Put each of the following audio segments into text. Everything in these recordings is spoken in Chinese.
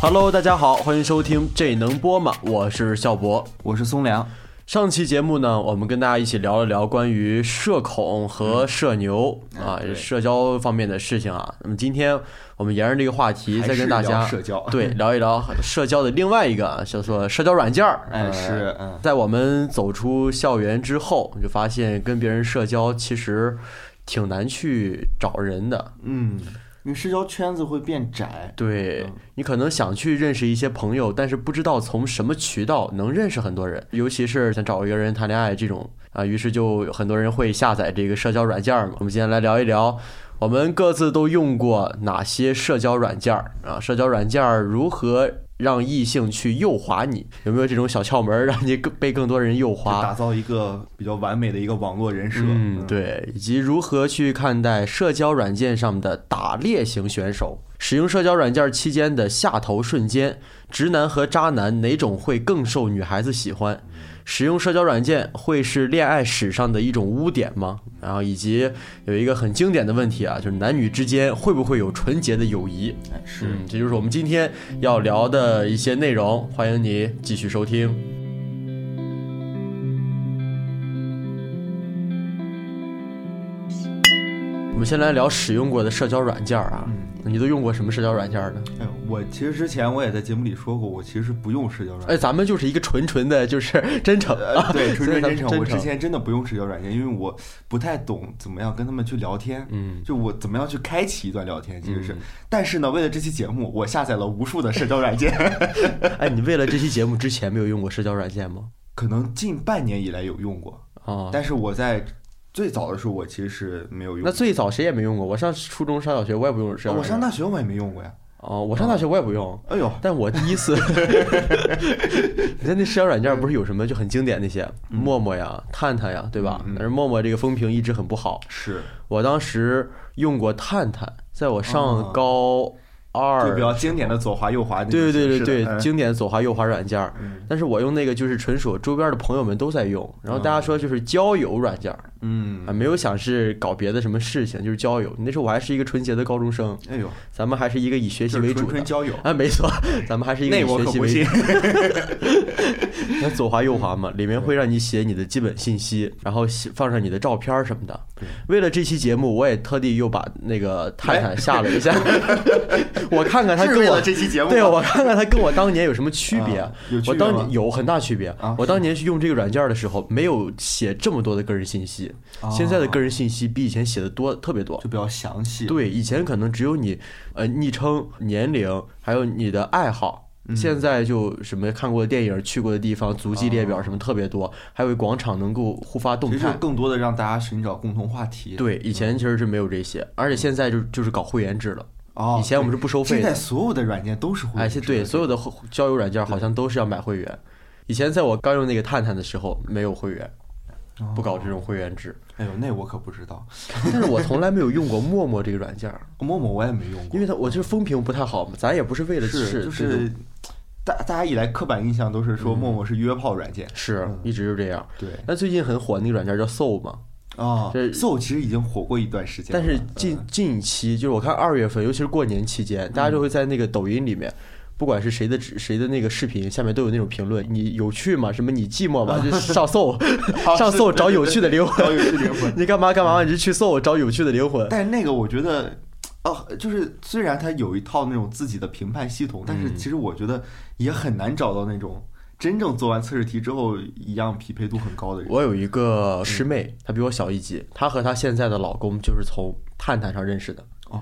Hello，大家好，欢迎收听这能播吗？我是笑博。我是松良，上期节目呢，我们跟大家一起聊了聊关于社恐和社牛、啊，嗯对社交方面的事情啊。那么今天我们沿着这个话题，还再是跟大聊家社交 对聊一聊社交的另外一个啊，叫做社交软件儿。哎呃是嗯在我们走出校园之后，就发现跟别人社交其实挺难去找人的。嗯，因为社交圈子会变窄，对嗯你可能想去认识一些朋友，但是不知道从什么渠道能认识很多人，尤其是想找一个人谈恋爱这种啊，于是就有很多人会下载这个社交软件儿嘛。我们今天来聊一聊，我们各自都用过哪些社交软件儿啊？社交软件儿如何让异性去诱惑你？有没有这种小窍门儿让你更被更多人诱就惑？打造一个比较完美的一个网络人设。嗯，，对，以及如何去看待社交软件上的打猎型选手，使用社交软件期间的下头瞬间，直男和渣男哪种会更受女孩子喜欢？使用社交软件会是恋爱史上的一种污点吗？然后以及有一个很经典的问题啊，就是男女之间会不会有纯洁的友谊？哎是，嗯，这就是我们今天要聊的一些内容，欢迎你继续收听。我们先来聊使用过的社交软件儿啊，嗯你都用过什么社交软件儿呢？嗯哎，我其实之前我也在节目里说过，我其实是不用社交软哎，件。咱们就是一个纯纯的，就是 真诚啊，呃， 对，所纯以纯咱们真诚。真我之诚前真的不用社交软件，因为我不太懂怎么样跟他们去聊天，嗯，就我怎么样去开启一段聊天，其实是嗯。但是呢，为了这期节目，我下载了无数的社交 软件，哎，你为了这期节目之前没有用过社交软件吗？可能近半年以来有用过，哦啊，但是我在最早的时候，我其实是没有用那过。最早谁也没用过，我上初中、上小学我也不用社交哦软我件儿。上大学我也没用过呀。哦，我上大学我也不用。哎呦，但我第一 次，你看那社交软件不是有什么就很经典那些，陌陌呀、探探呀，对吧？嗯嗯嗯但是陌陌这个风评一直很不好。是我当时用过探探，在我哦上高就二比，较经典的左滑右滑那种对形式对的。对对，嗯经典左滑右滑软件儿。嗯但是我用那个就是纯属我周边的朋友们都在用，然后大家说就是交友软件儿嗯啊，没有想是搞别的什么事情，就是交友。那时候我还是一个纯洁的高中生，哎呦，咱们还是一个以学习就是为纯主的纯。交友，啊，没 错，咱们还是一个以那我学可习不为主信。 那左滑右滑嘛，里面会让你写你的基本信息，然后写放上你的照片儿什么的。为了这期节目，我也特地又把那个探探下了一下， 我看看他哎是跟为我了这期节目吗，对啊我看看他跟我当年有什么区别。啊有区我别当吗年有很大区别。啊我当年去用这个软件的时候，没有写这么多的个人信息，啊现在的个人信息比以前写的多，特别多。哦就比较详细。对，以前可能只有你，呃，昵称、年龄，还有你的爱好。嗯现在就什么看过的电影、去过的地方、足迹列表什么特别多，还有广场能够互发动哦其实态。更多的让大家寻找共同话题。对，以前其实是没有这些，而且现在就就是搞会员制了。哦，以前我们是不收现费在的，所有的软件都是会哎，员现制的，对所有的交友软件好像都是要买会员。以前在我刚用那个探探的时候没有会员，不搞这种会员制。哦哎呦，那我可不知道，但是我从来没有用过陌陌这个软件儿，陌陌我也没用过，因为它我这风评不太好嘛，咱也不是为了是这种就嗯嗯是大大家以来刻板印象都是说陌陌是约炮软件，是嗯，一直就这样。对但最近很火那个软件叫 Soul 嘛，啊这，so 其实已经火过一段时间但了，是嗯 近近期就是我看二月份，尤其是过年期间，大家就会在那个抖音里面。不管是谁的指谁的那个视频下面都有那种评论，你有趣吗？什么你寂寞吗？ 就上 Soul，啊上是 Soul 对找对有对 趣的灵交魂。 友是灵魂， 你干嘛干嘛？你就去 Soul 找有趣的灵魂。但是那个我觉得，哦，就是虽然它有一套那种自己的评判系统，但嗯是其实我觉得也很难找到那种真正做完测试题之后一样匹配度很高的人。我有一个师妹，她比我小一级，她和她现在的老公就是从探探上认识的。哦，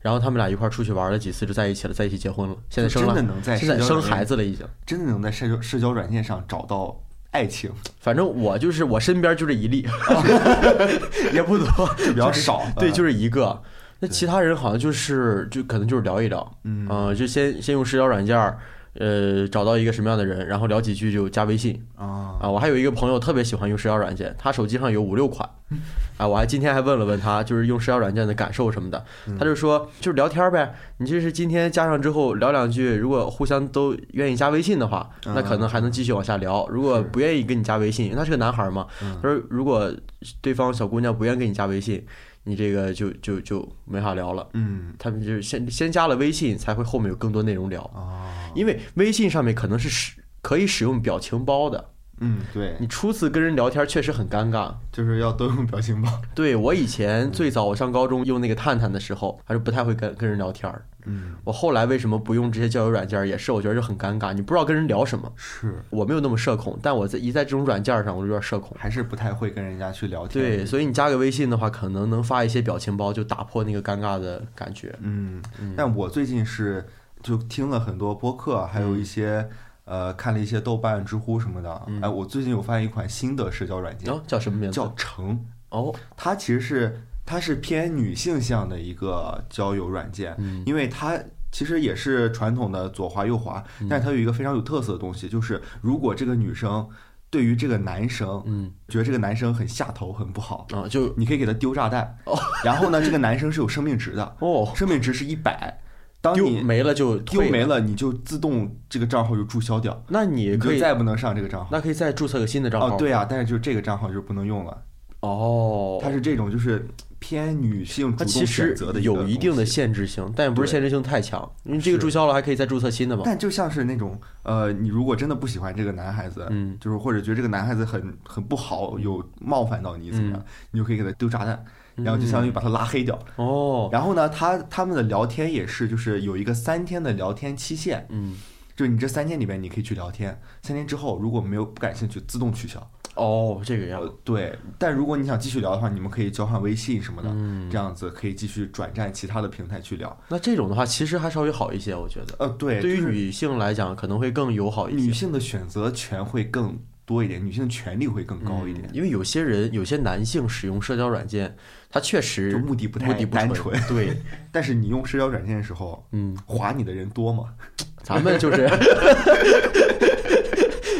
然后他们俩一块儿出去玩了几次，就在一起了，在一起结婚了，现在就生了，真的能在现在社交生软件孩子了已经。真的能在社交社交软件上找到爱情，反正我就是我身边就这一例，也不多， 就比较少。 对，嗯就是一个。那其他人好像就是就可能就是聊一聊，嗯呃就先先用社交软件儿，呃，找到一个什么样的人，然后聊几句就加微信啊，啊。我还有一个朋友特别喜欢用社交软件，他手机上有五六款，啊，我还今天还问了问他，就是用社交软件的感受什么的，他就说就是聊天儿呗，你就是今天加上之后聊两句，如果互相都愿意加微信的话，那可能还能继续往下聊；如果不愿意跟你加微信，因为他是个男孩儿嘛，他说如果对方小姑娘不愿意跟你加微信，你这个就就就没法聊了。嗯他们就是先先加了微信，才会后面有更多内容聊，啊，因为微信上面可能是使可以使用表情包的，嗯，对，你初次跟人聊天确实很尴尬。就是要都用表情包。对我以前最早我上高中用那个探探的时候，还是不太会跟跟人聊天儿。嗯，我后来为什么不用这些交友软件儿，也是我觉得就很尴尬，你不知道跟人聊什么。是，我没有那么社恐，但我在一在这种软件儿上，我就有点社恐。还是不太会跟人家去聊天。对，所以你加个微信的话，可能能发一些表情包，就打破那个尴尬的感觉。嗯，但我最近是就听了很多播客，还有一些、嗯呃看了一些豆瓣、知乎什么的。哎，我最近有发现一款新的社交软件，哦，叫什么名字？叫橙，哦，它其实是它是偏女性向的一个交友软件，嗯因为它。其实也是传统的左滑右滑，嗯但是它有一个非常有特色的东西，就是如果这个女生对于这个男生嗯觉得这个男生很下头、很不好，啊，就你可以给他丢炸弹哦，然后呢，这个男生是有生命值的，哦，生命值是一百，当丢你没了就丢退没。了，你就自动这个账号就注销掉，那你你可就以，再不能上这个账号。那可以再注册个新的账号。哦，对啊，但是就这个账号就不能用了。哦，它是这种就是偏女性主它动其选实择的个有一定的东西，限制性，但也不是对限制性太强。因为这个是注销了，还可以再注册新的嘛。但就像是那种呃，你如果真的不喜欢这个男孩子，嗯就是或者觉得这个男孩子很很不好，有冒犯到你怎么嗯样，你就可以给他丢炸弹，然后就相当于把他拉黑掉。哦，然后呢，他他们的聊天也是，就是有一个三天的聊天期限，嗯，就你这三天里面你可以去聊天，三天之后如果没有不感兴趣，自动取消。哦，这个样呃子。，对，但如果你想继续聊的话，你们可以交换微信什么的，嗯这样子可以继续转战其他的平台去聊。那这种的话，其实还稍微好一些，我觉得。呃，对，对于就是女性来讲，可能会更友好一些。嗯女性的选择权会更多一点，女性的权利会更高一点嗯。因为有些人，有些男性使用社交软件，他确实就目的不嗯太目的不单纯。对， 但是你用社交软件的时候，嗯，划你的人多吗？咱们 就是，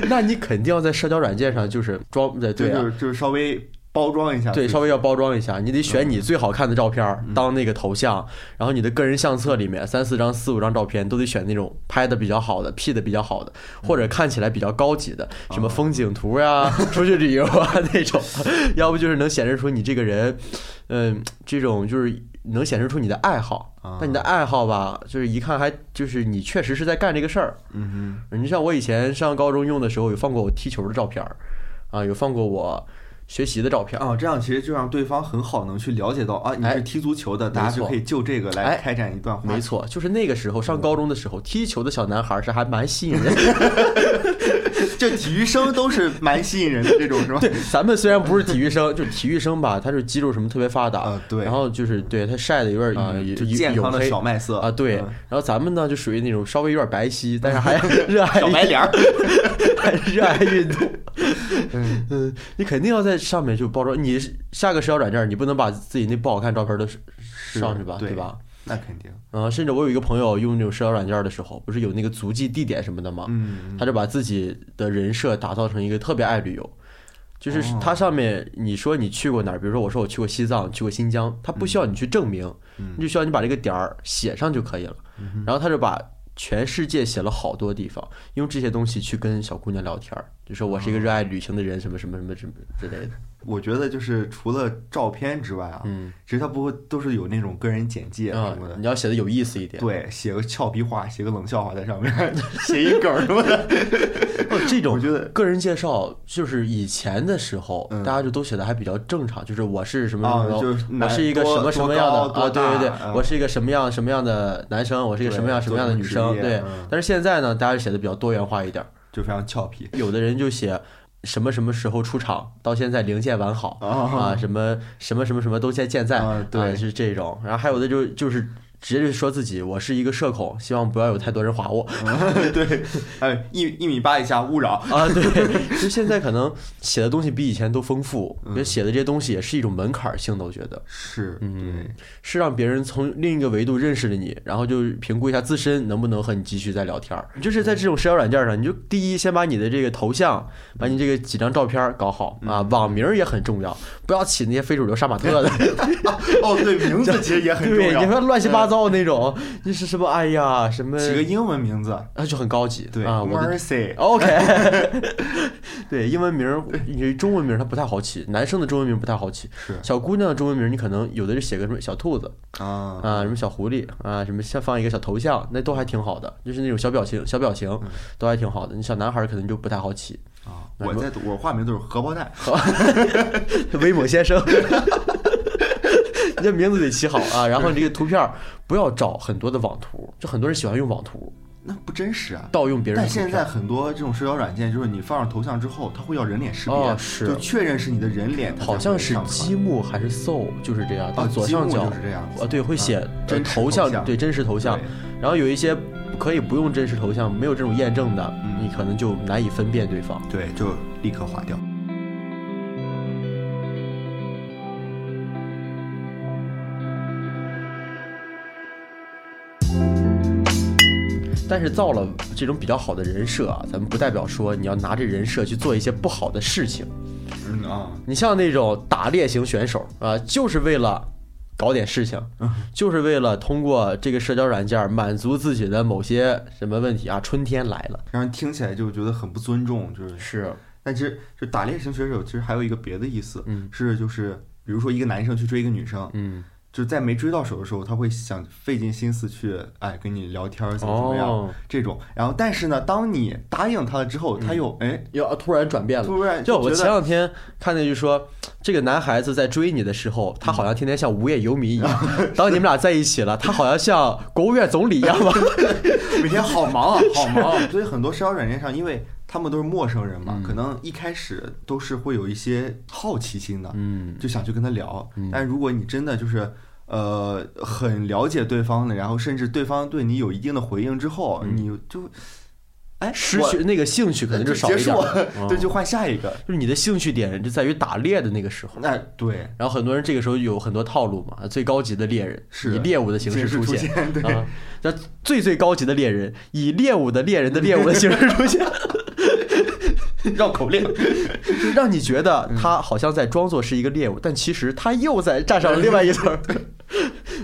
那你肯定要在社交软件上就是装，对对就啊，是就是稍微包装一下自己，对，稍微要包装一下，你得选你最好看的照片儿当那个头像，然后你的个人相册里面三四张、四五张照片都得选那种拍的比较好的、P 的比较好的，或者看起来比较高级的，什么风景图呀、出去旅游啊那种，要不就是能显示出你这个人，嗯，这种就是能显示出你的爱好啊。但你的爱好吧，就是一看还就是你确实是在干这个事儿。嗯你像我以前上高中用的时候，有放过我踢球的照片儿，啊，有放过我学习的照片哼，儿。哦，这样其实就让对方很好能去了解到啊，你哎是踢足球的，大没家错就可以就这个哎来开展一段话没题。错，就是那个时候上高中的时候，踢球的小男孩是还蛮吸引 人的。这体育生都是蛮吸引人的这种是吧？对，咱们虽然不是体育生，就是体育生吧，他是肌肉什么特别发达，啊对然后就是对他晒的有点啊有，有就健康的黝黑小麦色啊，对。嗯然后咱们呢就属于那种稍微有点白皙，但是还 热爱小 白脸儿，还热爱运动。嗯嗯，你肯定要在上面就包装，你下个社交软件儿，你不能把自己那不好看照片儿都上去吧，对对吧？那肯定，啊，甚至我有一个朋友用那种社交软件儿的时候，不是有那个足迹地点什么的吗？嗯，啊他就把自己的人设打造成一个特别爱旅游，就是哦他上面你说你去过哪儿，比如说我说我去过西藏，去过新疆，他不需要你去证明，嗯你就需要你把这个点儿写上就可以了。然后他就把全世界写了好多地方，用这些东西去跟小姑娘聊天儿，就说我是一个哦热爱旅行的人，什么什么什么什么之类的。我觉得就是除了照片之外啊，嗯，其实他不会都是有那种个人简介啊什么，的，你要写的有意思一点。对，写个俏皮话，写个冷笑话在上面， 写一梗什么的，哦，这种我觉得个人介绍，就是以前的时候，嗯大家就都写的还比较正常，就是我是 什么啊什么，就是我男是一个多什么什么样的多高啊，对对多对大，嗯我是一个什么样什么样的男生，我是一个什么样对什么样的女生，做什么职对业嗯。但是现在呢，大家写的比较多元化一点儿，就非常俏皮有的人就写。什么什么时候出场？到现在零件完好嗯啊！什么什么什么什么都在 健在啊对啊是这种。然后还有的就就是直接就说自己我是一个社恐，希望不要有太多人划我。 对，哎，一一米八以下勿扰，啊，对，就现在可能写的东西比以前都丰富，嗯我觉得写的这些东西也是一种门槛性的，我觉得是，嗯对，是让别人从另一个维度认识了你，然后就评估一下自身能不能和你继续再聊天儿。就是在这种社交软件上，你就第一先把你的这个头像，把你这个几张照片儿搞好嗯啊，网名儿也很重要，不要起那些非主流杀马特的，哦，对，名字其实也很重 对，你要。嗯说乱七八造那种，就是什么哎呀什么，起个英文名字，啊就很高级，对啊，我的 ，Mercy， OK，对，英文名儿你中文名儿它不太好起，男生的中文名儿不太好起，是小姑娘的中文名儿你可能有的是写个什么小兔子啊，啊，什么小狐狸啊，什么像放一个小头像，那都还挺好的，就是那种小表情、小表情嗯都还挺好的。你小男孩儿可能就不太好 起，啊，我在我化名都是荷包蛋，威猛先生。 你这名字得起好啊，然后你这个图片儿不要找很多的网图，就很多人喜欢用网图那不真实啊。盗用别人但的图片。现在很多这种社交软件，就是你放上头像之后，它会要人脸识别，哦是就确认是你的人脸，它才好像会是上传积木还是 so，就是这样，啊左积木上角就是这样子啊，对，会写啊呃真实头头像对真实头像对，然后有一些可以不用真实头像，没有这种验证的，嗯你可能就难以分辨对方。对，就立刻划掉。但是造了这种比较好的人设啊，咱们不代表说你要拿这人设去做一些不好的事情。嗯啊，你像那种打猎型选手啊，就是为了搞点事情嗯，就是为了通过这个社交软件满足自己的某些什么问题啊。春天来了，让人听起来就觉得很不尊重，就是。是，但其实就打猎型选手，其实还有一个别的意思，嗯是就是比如说一个男生去追一个女生，嗯，就是在没追到手的时候，他会想费尽心思去哎跟你聊天儿怎么怎么样、哦这种。然后但是呢，当你答应他了之后，他又哎要突然转变了。突然就嗯我觉前得两天看那句说，这个男孩子在追你的时候，他好像天天像无业游民一样；当你们俩在一起了，他好像像国务院总理一样吧？每天好忙啊，好忙、 啊。所以很多社交软件上，因为他们都是陌生人嘛，嗯可能一开始都是会有一些好奇心的，嗯，就想去跟他聊。但如果你真的就是呃很了解对方的，然后甚至对方对你有一定的回应之后，你就哎嗯失我呃去那个兴趣可能就少结一束点了。了，嗯对，就换下一个。就是你的兴趣点就在于打猎的那个时候。那对，然后很多人这个时候有很多套路嘛，最高级的猎人是以猎物的形式出出现，现，对，啊，那最最高级的猎人以猎物的猎人的猎物的形式出 现，绕口令，就是让你觉得他好像在装作是一个猎物，但其实他又在站上了另外一 层，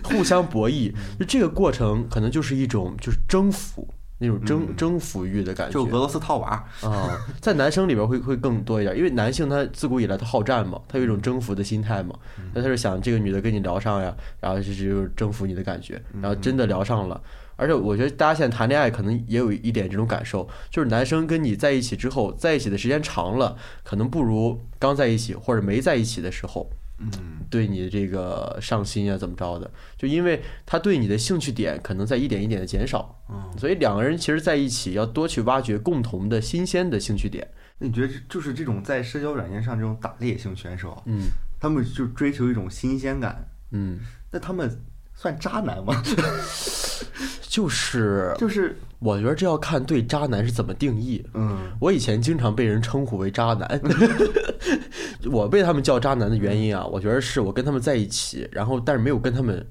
互相博弈。就这个过程可能就是一种就是征服那种征征服欲的感觉，嗯就俄罗斯套娃儿，啊， 在男生里边会会更多一点，因为男性他自古以来他好战嘛，他有一种征服的心态嘛，那他是想这个女的跟你聊上呀，然后就是有征服你的感觉，然后真的聊上了。而且我觉得大家现在谈恋爱可能也有一点这种感受，就是男生跟你在一起之后，在一起的时间长了，可能不如刚在一起或者没在一起的时候，嗯，对你的这个上心啊，怎么着的？就因为他对你的兴趣点可能在一点一点的减少，嗯所以两个人其实在一起要多去挖掘共同的新鲜的兴趣点。那你觉得这就是这种在社交软件上这种打猎型选手，嗯他们就追求一种新鲜感，嗯，那他们算渣男吗？ 就是就是，我觉得这要看对渣男是怎么定义。嗯，我以前经常被人称呼为渣男， 我被他们叫渣男的原因啊，我觉得是我跟他们在一起，然后但是没有跟他们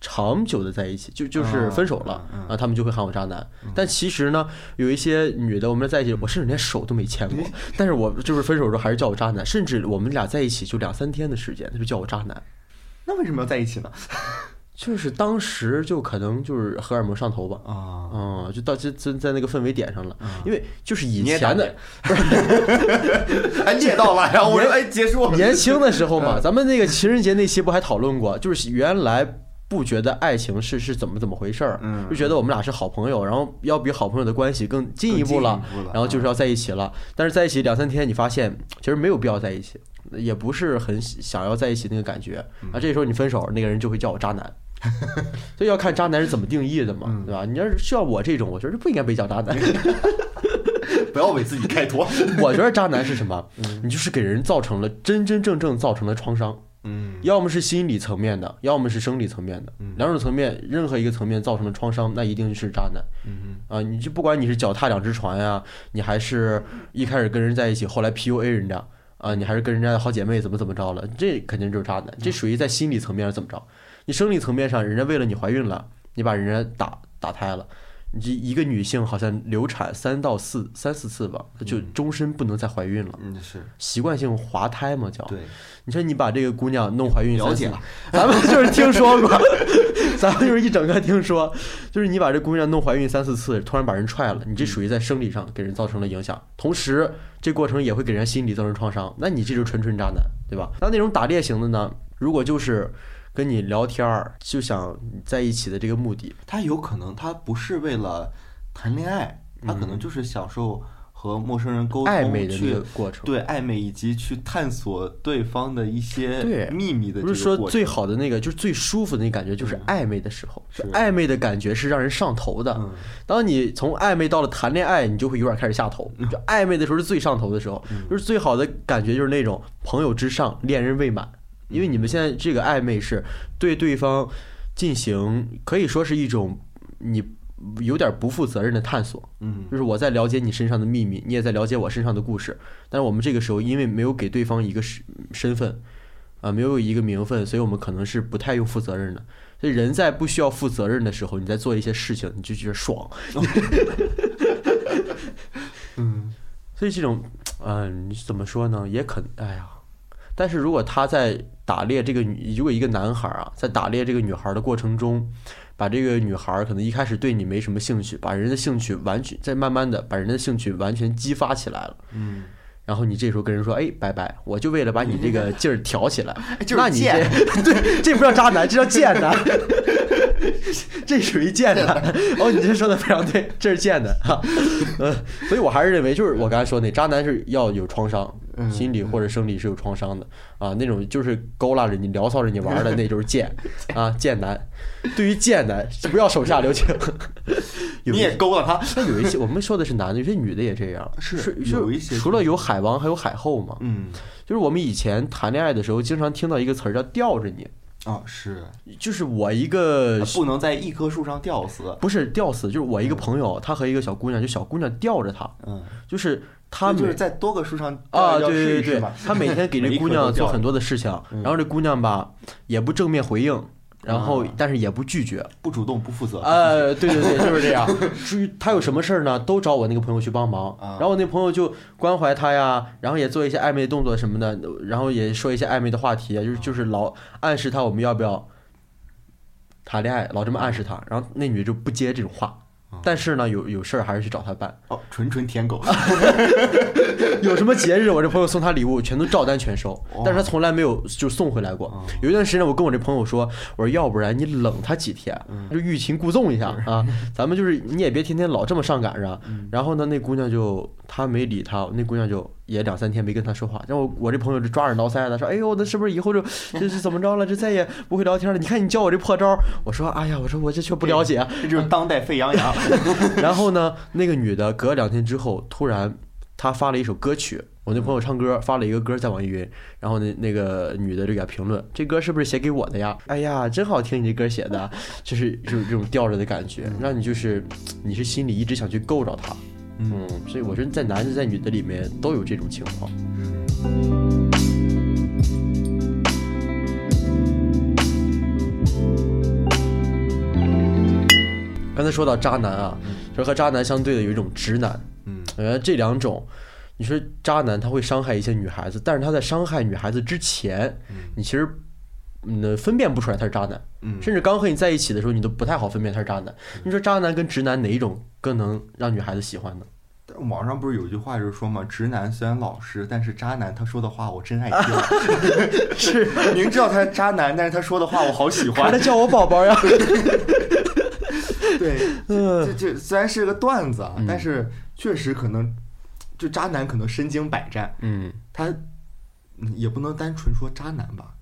长久的在一起，就就是分手了嗯嗯嗯啊，嗯他们就会喊我渣男。但其实呢，有一些女的我们在一起，我甚至连手都没牵过，但是我就是分手的时候还是叫我渣男，甚至我们俩在一起就两三天的时间，他就叫我渣男。那为什么要在一起呢？就是当时就可能就是荷尔蒙上头吧，啊，嗯嗯，就到这在在那个氛围点上了，因为就是以你也打前的猎 哎，猎到了，然后我说，哎，结束。 年轻的时候嘛， 咱们那个情人节那期不还讨论过，就是原来。不觉得爱情是是怎么怎么回事儿，嗯就觉得我们俩是好朋友，然后要比好朋友的关系更进一步了，更进一步了然后就是要在一起了。但是在一起两三天，你发现其实没有必要在一起，也不是很想要在一起那个感觉啊。这时候你分手，那个人就会叫我渣 男，所以要看渣男是怎么定义的嘛，对吧？你要是像我这种，我觉得不应该被叫渣男。 不要为自己开脱。 我觉得渣男是什么？你就是给人造成了真真正正造成了创伤，嗯要么是心理层面的，要么是生理层面的，嗯两种层面，任何一个层面造成了创伤，那一定是渣男嗯，啊！你就不管你是脚踏两只船呀、你还是一开始跟人在一起，后来 PUA 人家啊，你还是跟人家的好姐妹怎么怎么着了，这肯定就是渣男，这属于在心理层面上怎么着？你生理层面上，人家为了你怀孕了，你把人家打打胎了。一一个女性好像流产三到四三四次吧，就终身不能再怀孕了，嗯是习惯性滑胎嘛叫。对，你说你把这个姑娘弄怀孕，了解了， 咱们就是听说过， 咱们就是一整个听说，就是你把这姑娘弄怀孕三四次，突然把人踹了，你嗯这属于在生理上给人造成了影响，同时这过程也会给人心理造成创伤，那你这就是纯纯渣男，对吧？那那种打猎型的呢，如果就是跟你聊天儿就想在一起的这个目的，他有可能他不是为了谈恋爱，他可能就是享受和陌生人沟通，暧昧的这去个过程。对暧昧以及去探索对方的一些对秘密的这不个是说过程嗯最好的那个，就是最舒服的那感觉，就是暧昧的时候，是就暧昧的感觉是让人上头的。嗯当你从暧昧到了谈恋爱，你就会有点开始下头。就暧昧的时候是最上头的时候，就是最好的感觉就是那种朋友之上，恋人未满。因为你们现在这个暧昧是对对方进行，可以说是一种你有点不负责任的探索。嗯就是我在了解你身上的秘密，你也在了解我身上的故事。但是我们这个时候因为没有给对方一个身身份，啊、没有一个名分，所以我们可能是不太用负责任的。所以人在不需要负责任的时候，你在做一些事情，你就觉得爽。嗯所以这种，嗯、你怎么说呢？也肯，哎呀。但是如果他在打猎这个女，如果一个男孩啊，在打猎这个女孩的过程中，把这个女孩可能一开始对你没什么兴趣，把人的兴趣完全，再慢慢的把人的兴趣完全激发起来了。嗯，然后你这时候跟人说，哎，拜拜，我就为了把你这个劲儿挑起来， 就是那你这 对，这不叫渣男，这叫贱男， 这属于贱男。哦，你这说的非常对，这是贱男哈。嗯，所以我还是认为，就是我刚才说那渣男是要有创伤，嗯心理或者生理是有创伤的啊，那种就是勾拉着你、聊骚着你玩的，那就是 贱啊，贱男。对于贱男，不要手下留情。 有你一些也勾了 他，那有一些我们说的是男的，有些女的也这样，是是有一些除了有海王还有海后嘛，嗯就是我们以前谈恋爱的时候，经常听到一个词儿叫吊着你，啊是，就是我一个不能在一棵树上吊死，不是吊死，就是我一个朋友，他和一个小姑娘，就小姑娘吊着他，嗯，就是他就是每在多个树上啊，吊一吊对对试对一试对嘛，他每天给每这一姑颗都娘吊做着很多的事情，嗯然后这姑娘吧也不正面回应，然后啊但是也不拒绝，不主动不负责，呃，对对对，就是这样。至于他有什么事儿呢，都找我那个朋友去帮忙，啊然后我那朋友就关怀他呀，然后也做一些暧昧的动作什么的，然后也说一些暧昧的话题，就是就是老暗示他我们要不要谈恋爱，老这么暗示他，然后那女的就不接这种话。但是呢，有有事儿还是去找他办。哦，纯纯舔狗， 有什么节日，我这朋友送他礼物，全都照单全收哇，但是他从来没有就送回来过。有一段时间，我跟我这朋友说，我说要不然你冷他几天，啊就欲擒故纵一下啊，咱们就是你也别天天老这么上赶着。然后呢，那姑娘就她没理他，那姑娘就也两三天没跟他说话。然后我我这朋友就抓耳挠腮的说，哎呦，那是不是以后就这是怎么着了？这再也不会聊天了？你看你教我这破招儿，我说哎呀，我说我这却不了解，啊这就是当代沸羊羊， 然后呢，那个女的隔两天之后，突然她发了一首歌曲，我那朋友唱歌发了一个歌在网易云，然后那那个女的就给她评论，这歌是不是写给我的呀？哎呀，真好听，你这歌写的，就是就是这种吊着的感觉，让你就是你是心里一直想去够着她，嗯，所以我觉得在男的在女的里面都有这种情况。刚才说到渣男啊，就是和渣男相对的有一种直男，嗯，我觉得呃这两种，你说渣男他会伤害一些女孩子，但是他在伤害女孩子之前，你其实嗯分辨不出来他是渣男，嗯甚至刚和你在一起的时候，你都不太好分辨他是渣男。你说渣男跟直男哪一种更能让女孩子喜 欢呢？但网上不是有句话就是说嘛，直男虽然老实，但是渣男他说的话我真爱听。是，明知道他是渣男，但是他说的话我好 喜还欢得。叫我宝宝 呀？对，嗯这这虽然是个段子啊嗯，但是确实可能，就渣男可能身经百战， 嗯，他嗯也不能单纯说渣男吧，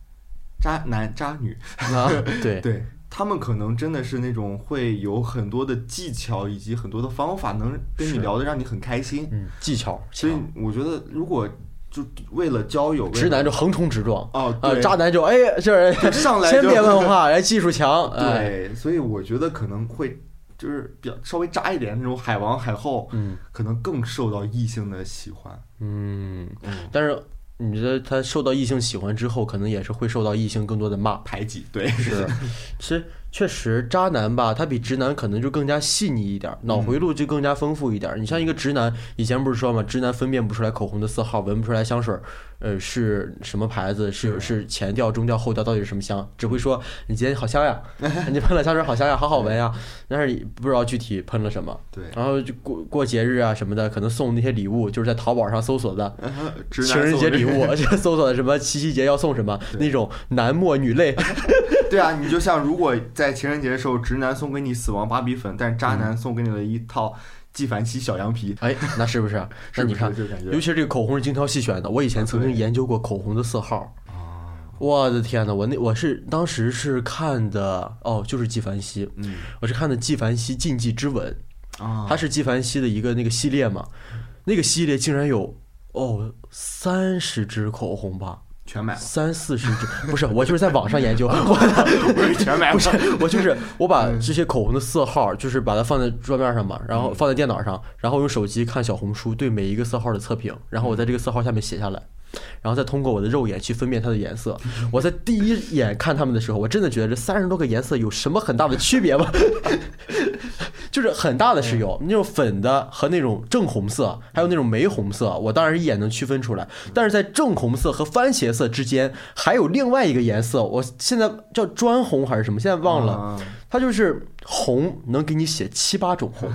渣男渣女，啊， 对，对他们可能真的是那种会有很多的技巧以及很多的方法，能跟你是聊的让你很开心。嗯，技巧所以强，我觉得，如果就为了交友，为了直男就横冲直撞哦，啊，对渣男就哎就是就上来就先别问话，哎，技术强，哎， 对，所以我觉得可能会就是比较稍微渣一点的那种海王海后，嗯可能更受到异性的喜欢。嗯。嗯，但是你觉得他受到异性喜欢之后，可能也是会受到异性更多的骂。排挤对， 是，其实确实，渣男吧，他比直男可能就更加细腻一点儿，脑回路就更加丰富一点儿。你像一个直男，以前不是说嘛，直男分辨不出来口红的色号，闻不出来香水，呃，是什么牌子，是是前调、中调、后调到底是什么香，只会说你今天好香呀， 你喷了香水好香呀，好好闻呀，但是你不知道具体喷了什么。对， 然后就过过节日啊什么的，可能送那些礼物就是在淘宝上搜索的，直情男人节礼送物， 就搜索什么七夕节要送什么对那种男默女泪，这。 对啊，你就像如果在情人节的时候，直男送给你死亡芭比粉，但是渣嗯男送给你了一套纪梵希小羊皮，哎，那是不是？那是你不是看，就感觉尤其是这个口红是精挑细选的，我以前曾经研究过口红的色号。我的天呐，我那我是当时是看的哦，就是纪梵希，嗯我是看的纪梵希《禁忌之吻》，啊，它是纪梵希的一个那个系列嘛，那个系列竟然有哦三十支口红吧，全买了，三四十支， 不是，我就是在网上研究， 我全买了 不，是，我就是我把这些口红的色号，就是把它放在桌面上嘛，然后放在电脑上，然后用手机看小红书对每一个色号的测评，然后我在这个色号下面写下来。然后再通过我的肉眼去分辨它的颜色。我在第一眼看它们的时候，我真的觉得这三十多个颜色有什么很大的区别吗？ 就是很大的是有那种粉的和那种正红色，还有那种玫红色，我当然一眼能区分出来。但是在正红色和番茄色之间，还有另外一个颜色，我现在叫砖红还是什么，现在忘了。啊它就是红能给你写七八种红。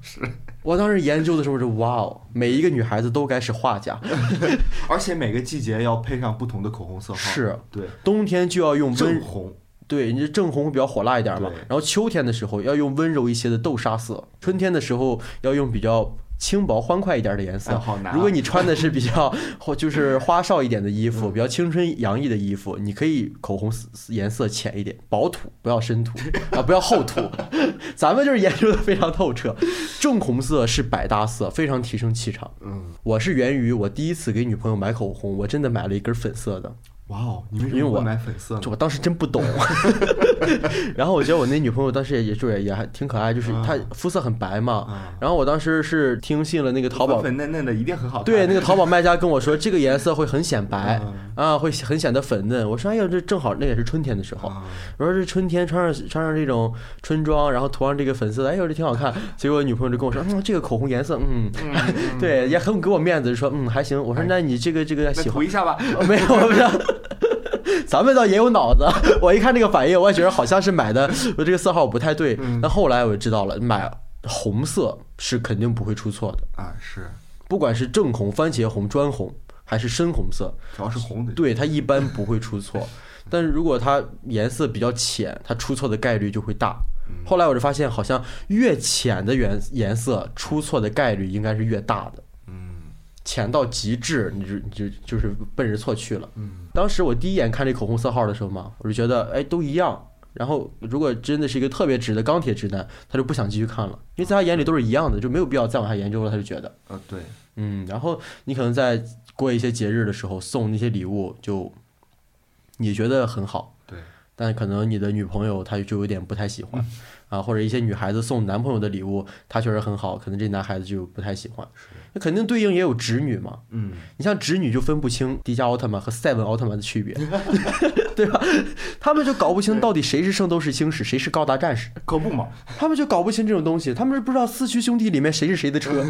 是我当时研究的时候是哇哦，每一个女孩子都该是画家，而且每个季节要配上不同的口红色号，是对，冬天就要用温正红，对，你这正红会比较火辣一点嘛对。然后秋天的时候要用温柔一些的豆沙色，春天的时候要用比较轻薄欢快一点的颜色。哎好难啊如果你穿的是比 较或就是花哨一点的衣服，嗯比较青春洋溢的衣服，你可以口红色颜色浅一点，薄涂不要深 涂啊，不要厚涂。咱们就是研究的非常透彻。正红色是百搭色，非常提升气场。嗯，我是源于我第一次给女朋友买口红，我真的买了一根粉色的。哇哦，你为什因为么我会买粉色呢就？我当时真不 懂，然后我觉得我那女朋友当时也也就也也还挺可爱，就是她肤色很白嘛。啊，然后我当时是听信了那个淘宝粉，粉嫩嫩的一定很好看，啊对那个淘宝卖家跟我说这个颜色会很显白嗯啊，会很显得粉嫩。我说哎呀，这正好那也是春天的时候，啊我说这春天穿上穿上这种春装，然后涂上这个粉色的，哎呦这挺好看。结果我女朋友就跟我说，嗯，这个口红颜色，嗯， 对，也很给我面子，就说嗯还行。我说那你这个这个那喜欢涂一下 吧，哦没有，我不知道。咱们倒也有脑子，我一看这个反应，我也觉得好像是买的，我这个色号不太对。但后来我就知道了，买红色是肯定不会出错的，啊是，不管是正红、番茄红、砖红还是深红色，主要是红的，对它一般不会出错。但是如果它颜色比较浅，它出错的概率就会大。后来我就发现，好像越浅的颜颜色出错的概率应该是越大的。嗯浅到极致，你就你就就是奔着错去了。嗯，当时我第一眼看这口红色号的时候嘛，我就觉得哎都一样。然后如果真的是一个特别直的钢铁直男，他就不想继续看了，因为在他眼里都是一样的，就没有必要再往下研究了。他就觉得，呃对，嗯，然后你可能在过一些节日的时候送那些礼物，就你觉得很好，对，但可能你的女朋友她就有点不太喜欢。啊，或者一些女孩子送男朋友的礼物，她确实很好，可能这男孩子就不太喜欢。那肯定对应也有直女嘛，嗯你像直女就分不清迪迦奥特曼和赛文奥特曼的区别， 对吧？他们就搞不清到底谁是圣斗士星矢，谁是高达战士，可不嘛， 他们就搞不清这种东西，他们是不知道四驱兄弟里面谁是谁的 车。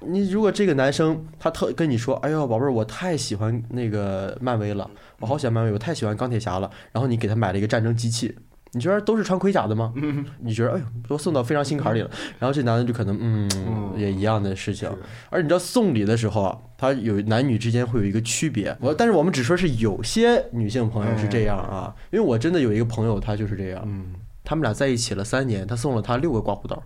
你如果这个男生他特跟你说，哎呦宝贝儿，我太喜欢那个漫威了，我好喜欢漫威，我太喜欢钢铁侠了，然后你给他买了一个战争机器。你觉得都是穿盔甲的吗？嗯你觉得哎呦，都送到非常心坎里了。然后这男的就可能嗯嗯，也一样的事情是。而你知道送礼的时候啊，它有男女之间会有一个区别。我但是我们只说是有些女性朋友是这样啊，因为我真的有一个朋友，她就是这样。嗯，他们俩在一起了三年，他送了她六个刮胡刀，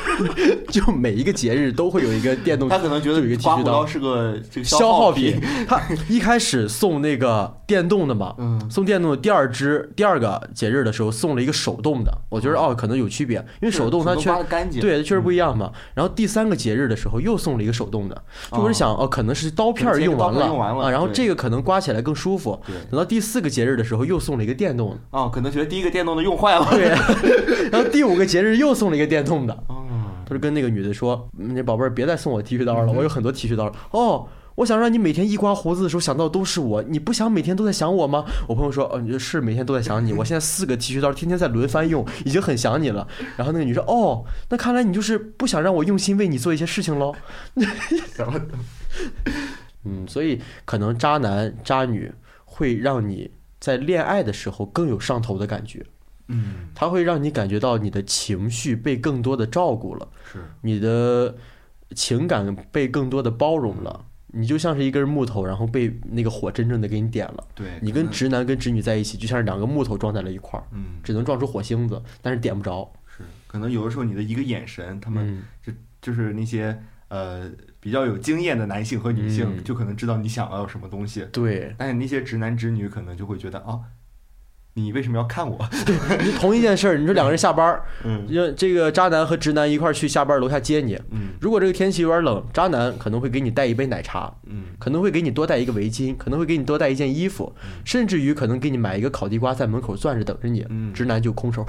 就每一个节日都会有一个电动，他可能觉就有一个得剃刮须胡刀刀。是个这个消耗耗嗯品，他一开始送那个电动的嘛，嗯送电动的。第二支第二个节日的时候送了一个手动的，我觉得哦可能有区别，因为手动它是确刮的干净，对确实不一样嘛。然后第三个节日的时候又送了一个手动的，就我是想嗯哦可能是刀片儿可能这个用完刀片了儿用完了啊，然后对这个可能刮起来更舒服。对等到第四个节日的时候又送了一个电动的，啊，可能觉得第一个电动的用坏了， 对，然后第五个节日又送了一个电动的，哦，他就跟那个女的说：“嗯那宝贝儿，别再送我剃须刀了，我有很多剃须刀了。”哦，我想让你每天一刮胡子的时候想到都是我，你不想每天都在想我吗？我朋友说，嗯、是每天都在想你，我现在四个剃须刀天天在轮番用，已经很想你了。然后那个女生，哦，那看来你就是不想让我用心为你做一些事情喽。嗯，所以可能渣男渣女会让你在恋爱的时候更有上头的感觉，嗯，它会让你感觉到你的情绪被更多的照顾了，是，你的情感被更多的包容了，你就像是一根木头，然后被那个火真正的给你点了。对，你可跟能直男跟直女在一起，就像是两个木头撞在了一块儿，嗯只能撞出火星子，但是点不着。是，可能有的时候你的一个眼神，他们嗯，就是那些呃比较有经验的男性和女嗯性，就可能知道你想要什么东西，对，但是那些直男直女可能就会觉得啊，你为什么要 看我？你同一件事儿，你说两个人下班儿，嗯让这个渣男和直男一块儿去下班儿楼下接你，嗯如果这个天气有点冷，渣男可能会给你带一杯奶茶，嗯，可能会给你多带一个围巾，可能会给你多带一件衣服，甚至于可能给你买一个烤地瓜在门口攥着等着你。嗯直男就空 手，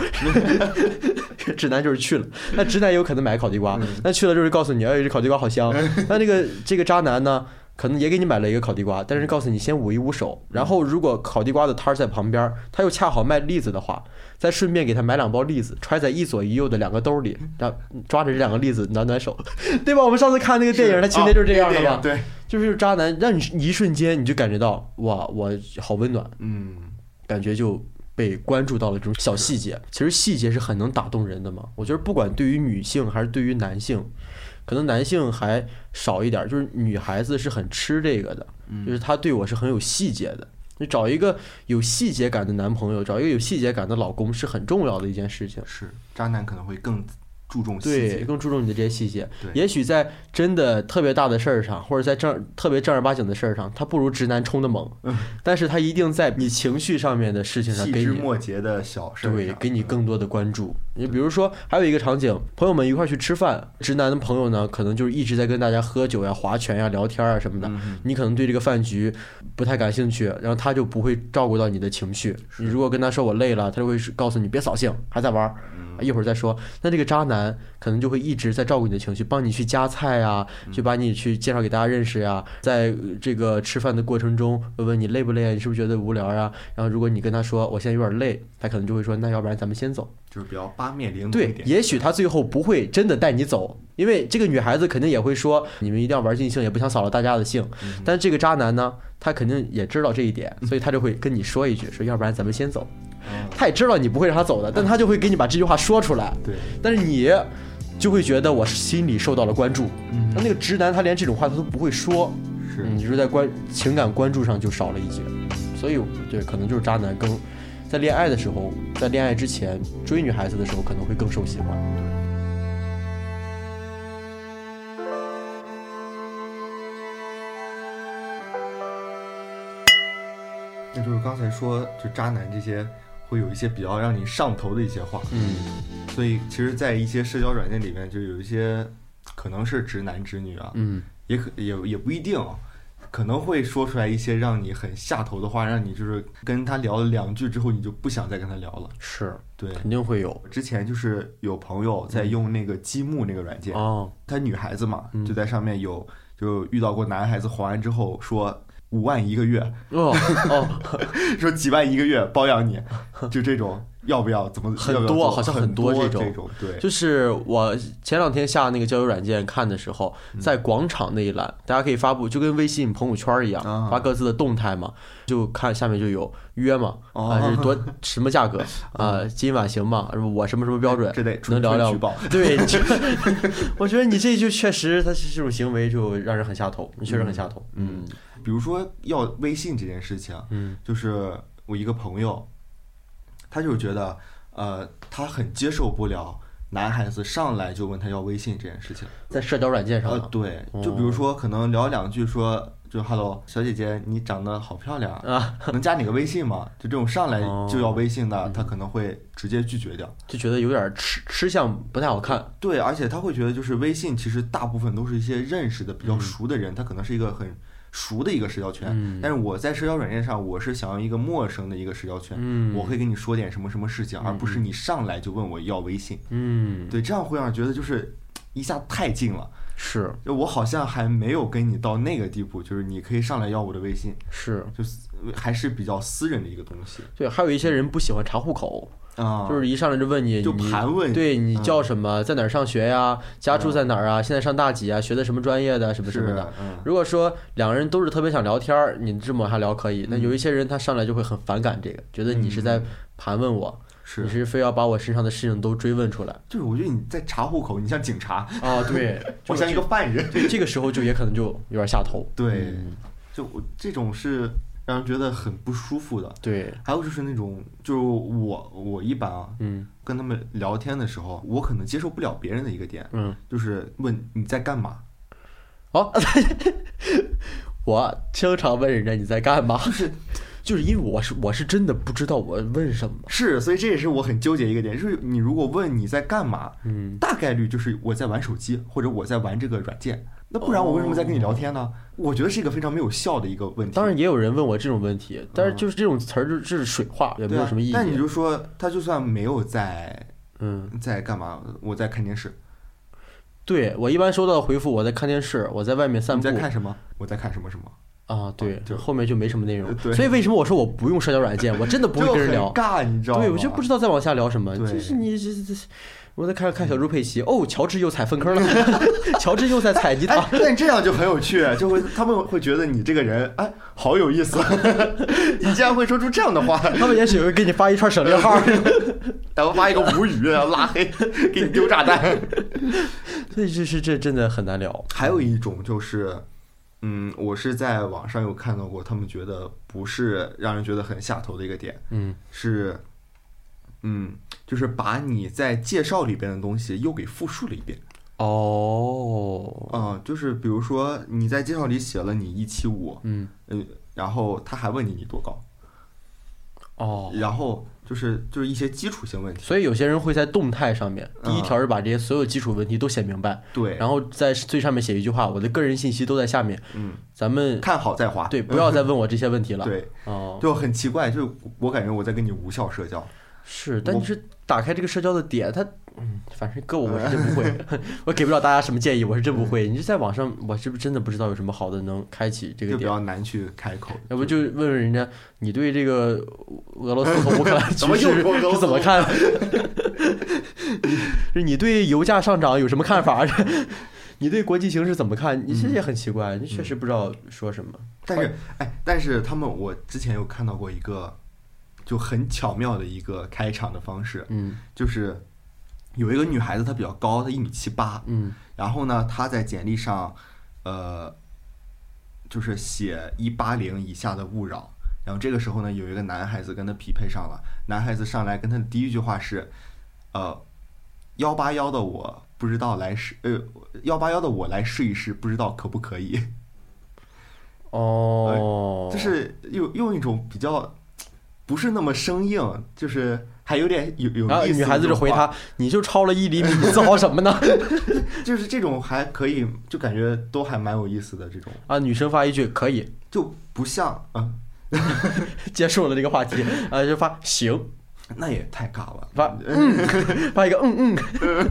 直男就是去了。那直男有可能买烤地瓜，那去了就是告诉你，哎，这烤地瓜好香。 那这个这个渣男呢，可能也给你买了一个烤地瓜，但是告诉你先捂一捂手，然后如果烤地瓜的摊儿在旁边，他又恰好卖栗子的话，再顺便给他买两包栗子，揣在一左一右的两个兜里，然后抓着这两个栗子暖暖手， 对吧？我们上次看那个电影，他情节就是这样的吧？嘛。对，就是渣男，让你一瞬间你就感觉到哇，我好温暖，嗯，感觉就被关注到了这种小细节。其实细节是很能打动人的嘛。我觉得不管对于女性还是对于男性，可能男性还少一点儿，就是女孩子是很吃这个的，嗯就是她对我是很有细节的。你找一个有细节感的男朋友，找一个有细节感的老公是很重要的一件事情。是渣男可能会更注重细对，节，更注重你的这些细节。对也许在真的特别大的事儿上，或者在正特别正儿八经的事儿上，他不如直男冲的猛，但是他一定在你情绪上面的事情上嗯细给枝你。末节的小事儿对，上嗯给你更多的关注。你比如说，还有一个场景，朋友们一块儿去吃饭，直男的朋友呢，可能就是一直在跟大家喝酒呀、划拳呀、聊天啊什么嗯的。你可能对这个饭局不太感兴趣，然后他就不会照顾到你的情绪。你如果跟他说我累了，他就会告诉你别扫兴，还在玩儿，嗯哎一会儿再说。那这个渣男可能就会一直在照顾你的情绪，帮你去夹菜啊，嗯去把你去介绍给大家认识呀、在呃这个吃饭的过程中，问问你累不累啊，你是不是觉得无聊啊？然后如果你跟他说我现在有点累，他可能就会说那要不然咱们先走。就是比较八面玲珑一对，点。也许他最后不会真的带你走，因为这个女孩子肯定也会说，你们一定要玩尽兴，也不想扫了大家的兴。嗯但这个渣男呢，他肯定也知道这一点，所以他就会跟你说一句，说要不然咱们先走。嗯他也知道你不会让他走的，但他就会给你把这句话说出来。对，但是你就会觉得我心里受到了关注。嗯那那个直男他连这种话他都不会说，是你就是在关情感关注上就少了一截，所以对，可能就是渣男更在恋爱的时候，在恋爱之前追女孩子的时候可能会更受喜欢。那就是刚才说，就渣男这些会有一些比较让你上头的一些话，嗯所以其实，在一些社交软件里面，就有一些可能是直男直女啊，嗯，也可也也不一定啊，可能会说出来一些让你很下头的话，让你就是跟他聊了两句之后，你就不想再跟他聊了。是对，肯定会有之前就是有朋友在用那个积木那个软件，嗯哦，她女孩子嘛嗯，就在上面有就遇到过男孩子还完之后说五万一个月， 哦哦，说几万一个月包 养你，就这种要不要怎么很要不要多做好像很很多这这种对，就是我前两天下那个交友软件看的时候，嗯在广场那一栏，大家可以发布，就跟微信朋友圈一样，啊发各自的动态嘛，就看下面就有约嘛，哦嗯啊是 多什么价格啊，今晚行吗？我什么什么标准这得，能纯聊纯聊举吗？报，对， 这我觉得你这就确实，他是这种行为就让人很下头，确实很下头。嗯比如说要微信这件事情，嗯就是我一个朋友，他就觉得呃，他很接受不了男孩子上来就问他要微信这件事情。在社交软件上呃，呢，对，就比如说可能聊两句说。就 hello，小姐姐，你长得好漂亮啊，能加你个微信吗？就这种上来哦就要微信的，他可能会直接拒绝掉。就觉得有点吃吃相不太好看。对，而且他会觉得，就是微信其实大部分都是一些认识的、比较嗯熟的人，他可能是一个很熟的一个社交圈。哎但是我在社交软件上，我是想要一个陌生的一个社交圈，嗯我会跟你说点什么什么事情，而不是你上来就问我要微信。嗯，对，这样会让人觉得就是一下太近了，是就我好像还没有跟你到那个地步，就是你可以上来要我的微信，是，就是还是比较私人的一个东西对，还有一些人不喜欢查户口，啊，就是一上来就问你，就你盘问对你嗯叫什么，在哪儿上学呀，家住在哪儿啊，现在上大几啊，学的什么专业的，什么什是么的。嗯，如果说两个人都是特别想聊天儿，你这么往下聊可以。那嗯有一些人他上来就会很反感这个，觉得你是在盘问我，是你是非要把我身上的事情都追问出 来。就是我觉得你在查户口，你像警察，啊， 对，我像一个犯人。对，这个时候就也可能就有点下头。对嗯就我这种是让人觉得很不舒服的。对，还有就是那种，就是我我一般啊，嗯跟他们聊天的时候，我可能接受不了别人的一个点，嗯，就是问你在干嘛，好，我经常问人家你在干嘛， 就是就是因为我是我是真的不知道我问什么。是，所以这也是我很纠结一个点，就是你如果问你在干嘛，嗯，大概率就是我在玩手机或者我在玩这个软件，那不然我为什么在跟你聊天呢？我觉得是一个非常没有效的一个问题。当然也有人问我这种问题，但是就是这种词儿就是就是水话，也没嗯对啊，有什么意义。但你就说他就算没有在嗯，在干嘛，我在看电视，对我一般收到的回复，我在看电视，我在外面散你步在看什么？我在看什么什么？啊，对，就后面就没什么内容呃。对所以为什么我说我不用社交软件，我真的不会就跟很人聊。尬，你知道吗？对，我就不知道再往下聊什么，对就是你这这，这我在看看小猪佩奇，哦，乔治又踩粪坑了， 乔治又在踩 泥塘哎，，但这样就很有趣，就会他们会觉得你这个人哎好 有意思，你竟然会说出这样的话，他们也许会给你发一串省略号， 然后发一个无语，然后拉黑，给你丢炸弹。所以就是这真的很难聊。还有一种就是，嗯，我是在网上有看到过，他们觉得不是让人觉得很下头的一个点，嗯，是，嗯，就是把你在介绍里边的东西又给复述了一遍。哦，嗯、就是比如说你在介绍里写了你一七五，嗯，嗯，然后他还问你你多高，哦，然后就是就是一些基础性问题。所以有些人会在动态上面，第嗯一条是把这些所有基础问题都写明白，对，然后在最上面写一句话，我的个人信息都在下面，嗯，咱们看好再花。对不要再问我这些问题了。对，哦，就很奇怪，就我感觉我在跟你无效社交。是，但是打开这个社交的点，它，嗯，反正搁我我是真不 会，我给不了大家什么建议，我是真不会。你就在网上，我是不是真的不知道有什么好的能开启这就个比点？较难去开口。要不就问问人家，你对这个俄罗斯和乌克兰 局怎么又势说俄罗是斯怎么看？ 你你对油价上涨有什么看法？ 你对国际形势怎么看？你这也很奇怪，你确实不知道说什么。但是哎，但是他们我之前有看到过一个就很巧妙的一个开场的方式，嗯就是有一个女孩子她比较高，她一米七八，嗯然后呢她在简历上呃就是写一八零以下的勿扰。然后这个时候呢，有一个男孩子跟她匹配上了，男孩子上来跟她的第一句话是，呃，幺八幺的我不知道来试，呃，幺八幺的我来试一试，不知道可不可以。哦，就是用用一种比较不是那么生硬，就是还有点有有然后意思。女孩子就回，他：“你就超了一厘米，你自豪什么呢 就是这种还可以，就感觉都还蛮有意思的这种，？”啊，女生发一句：“可以就不像啊，”，结束了这个话题。啊，就发“行那也太尬了。发”，发一个“嗯嗯”，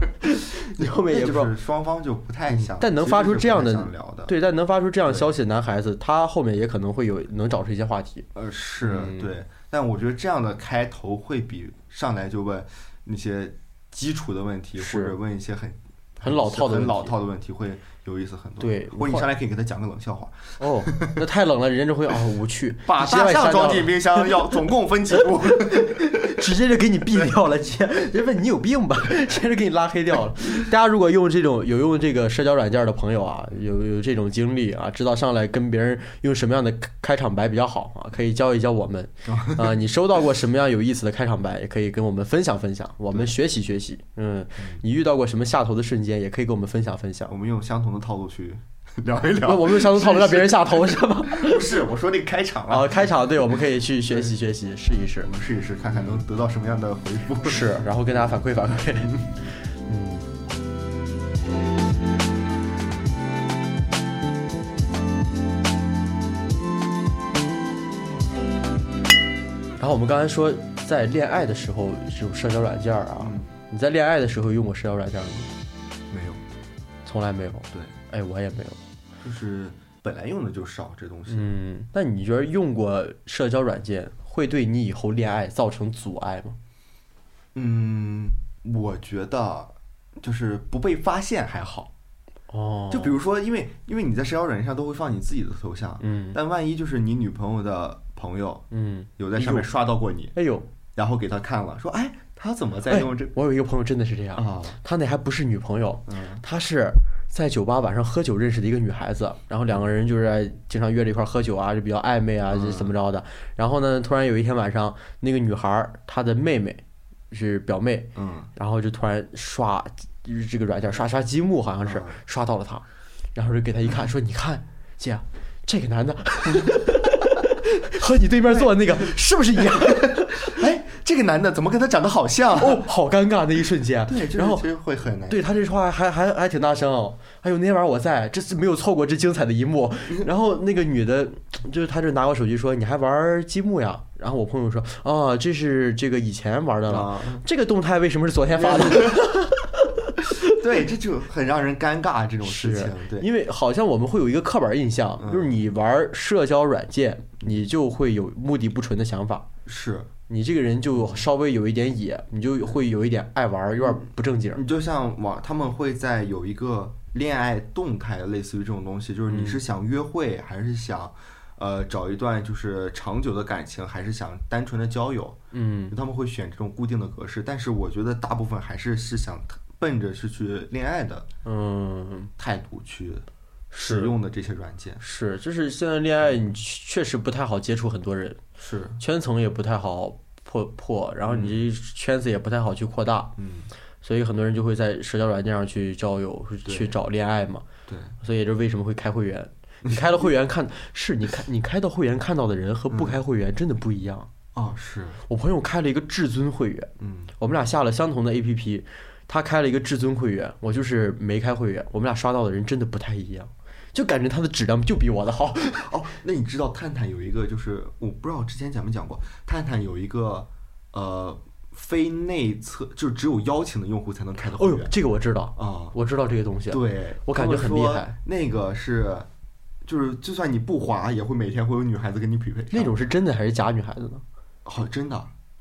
你后面也那不就知道。是双方就不太想，但能发出这样的其实是不太想聊的，对，但能发出这样对消息的男孩子，他后面也可能会有能找出一些话题。呃，是嗯对，但我觉得这样的开头会比上来就问那些基础的问题，或是者问一些很很老套的问很题老套的问题会有意思很多。对或者你上来可以给他讲个冷笑话。哦，那太冷了，人家就会哦无趣，把直接把你大删掉象装了 进冰箱要总共分几步？ 直接就给你毙掉了， 直接人家问你有病吧， 直接就给你拉黑掉了。大家如果用这种有用这个社交软件的朋友啊，有有这种经历啊，知道上来跟别人用什么样的开开场白比较好啊，可以教一教我们啊。你收到过什么样有意思的开场白，也可以跟我们分享分享，我们学习学习。嗯，你遇到过什么下头的瞬间，也可以跟我们分享分享我。们用相同的套路去聊一那 聊。我们相同讨论让别人下头是吗？不是，我说那个开场啊， 啊，开场对，我们可以去学习学习，试一试我。们试一试看看能得到什么样的回复。 是，然后跟大家反馈反馈。嗯。然后我们刚才说，在恋爱的时候，这种社交软件儿啊，嗯你在恋爱的时候用过社交软件儿吗？没有，从来没有。对，哎，我也没有。就是本来用的就少这东西。嗯，那你觉得用过社交软件会对你以后恋爱造成阻碍吗？嗯，我觉得就是不被发现还好。哦就比如说，因为因为你在社交软件上都会放你自己的头像，嗯但万一就是你女朋友的朋友嗯，有在上面刷到过你，哎呦，然后给他看了，说哎，他怎么在哎用这我有一个朋友真的是这样，啊？他那还不是女朋友，嗯他是在酒吧晚上喝酒认识的一个女孩子，然后两个人就是在经常约着一块儿喝酒啊，就比较暧昧啊，就怎么着的。然后呢，突然有一天晚上，那个女孩儿她的妹妹是表妹，嗯，然后就突然刷这个软件刷刷积木，好像是嗯刷到了她，然后就给她一看，说你看姐，啊这个 男的和你对面坐的那个是不是一样？ 哎，这个男的怎么跟他长得好像？啊哦，好尴尬那一瞬间。对，就是然后其实会很难。对他这话还还还挺大声哦。还有那天晚上我在，这是没有错过这精彩的一 幕。然后那个女的，就是她就拿我手机说：“你还玩积木呀？”然后我朋友说：“啊，这是这个以前玩的了。啊，这个动态为什么是昨天发的？对，这就很让人尴尬这种事是情。对，因为好像我们会有一个刻板印象，嗯就是你玩社交软件，你就会有目的不纯的想法，是你这个人就稍微有一点野，你就会有一点爱玩，有点不正经。你就像网，他们会在有一个恋爱动态，类似于这种东西，就是你嗯是想约会，还是想呃找一段就是长久的感情，还是想单纯的交友？嗯他们会选这种固定的格式，但是我觉得大部分还是是想奔着是去恋爱的嗯，态度去是使用的这些软件。是，就是现在恋爱，你确实不太好接触很多人，是，圈层也不太好破破，然后你这圈子也不太好去扩大，嗯，所以很多人就会在社交软件上去交友，去对找恋爱嘛。对，所以也就是为什么会开会员。你开了会员看，是你开你开到会员看到的人和不嗯开会员真的不一样。哦，是，我朋友开了一个至尊会员，嗯我们俩下了相同的 APP，他开了一个至尊会员，我就是没开会员，我们俩刷到的人真的不太一样，就感觉他的质量就比我的好。哦，那你知道探探有一个，就是我不知道之前讲没讲过，探探有一个呃非内测，就是只有邀请的用户才能开的哦会呦员，这个我知道，啊、我知道这个东西。对，我感他觉们很厉说害。那个是，就是就算你不滑，也会每天会有女孩子跟你匹配上那种是真的还是假女孩子呢？好、真的，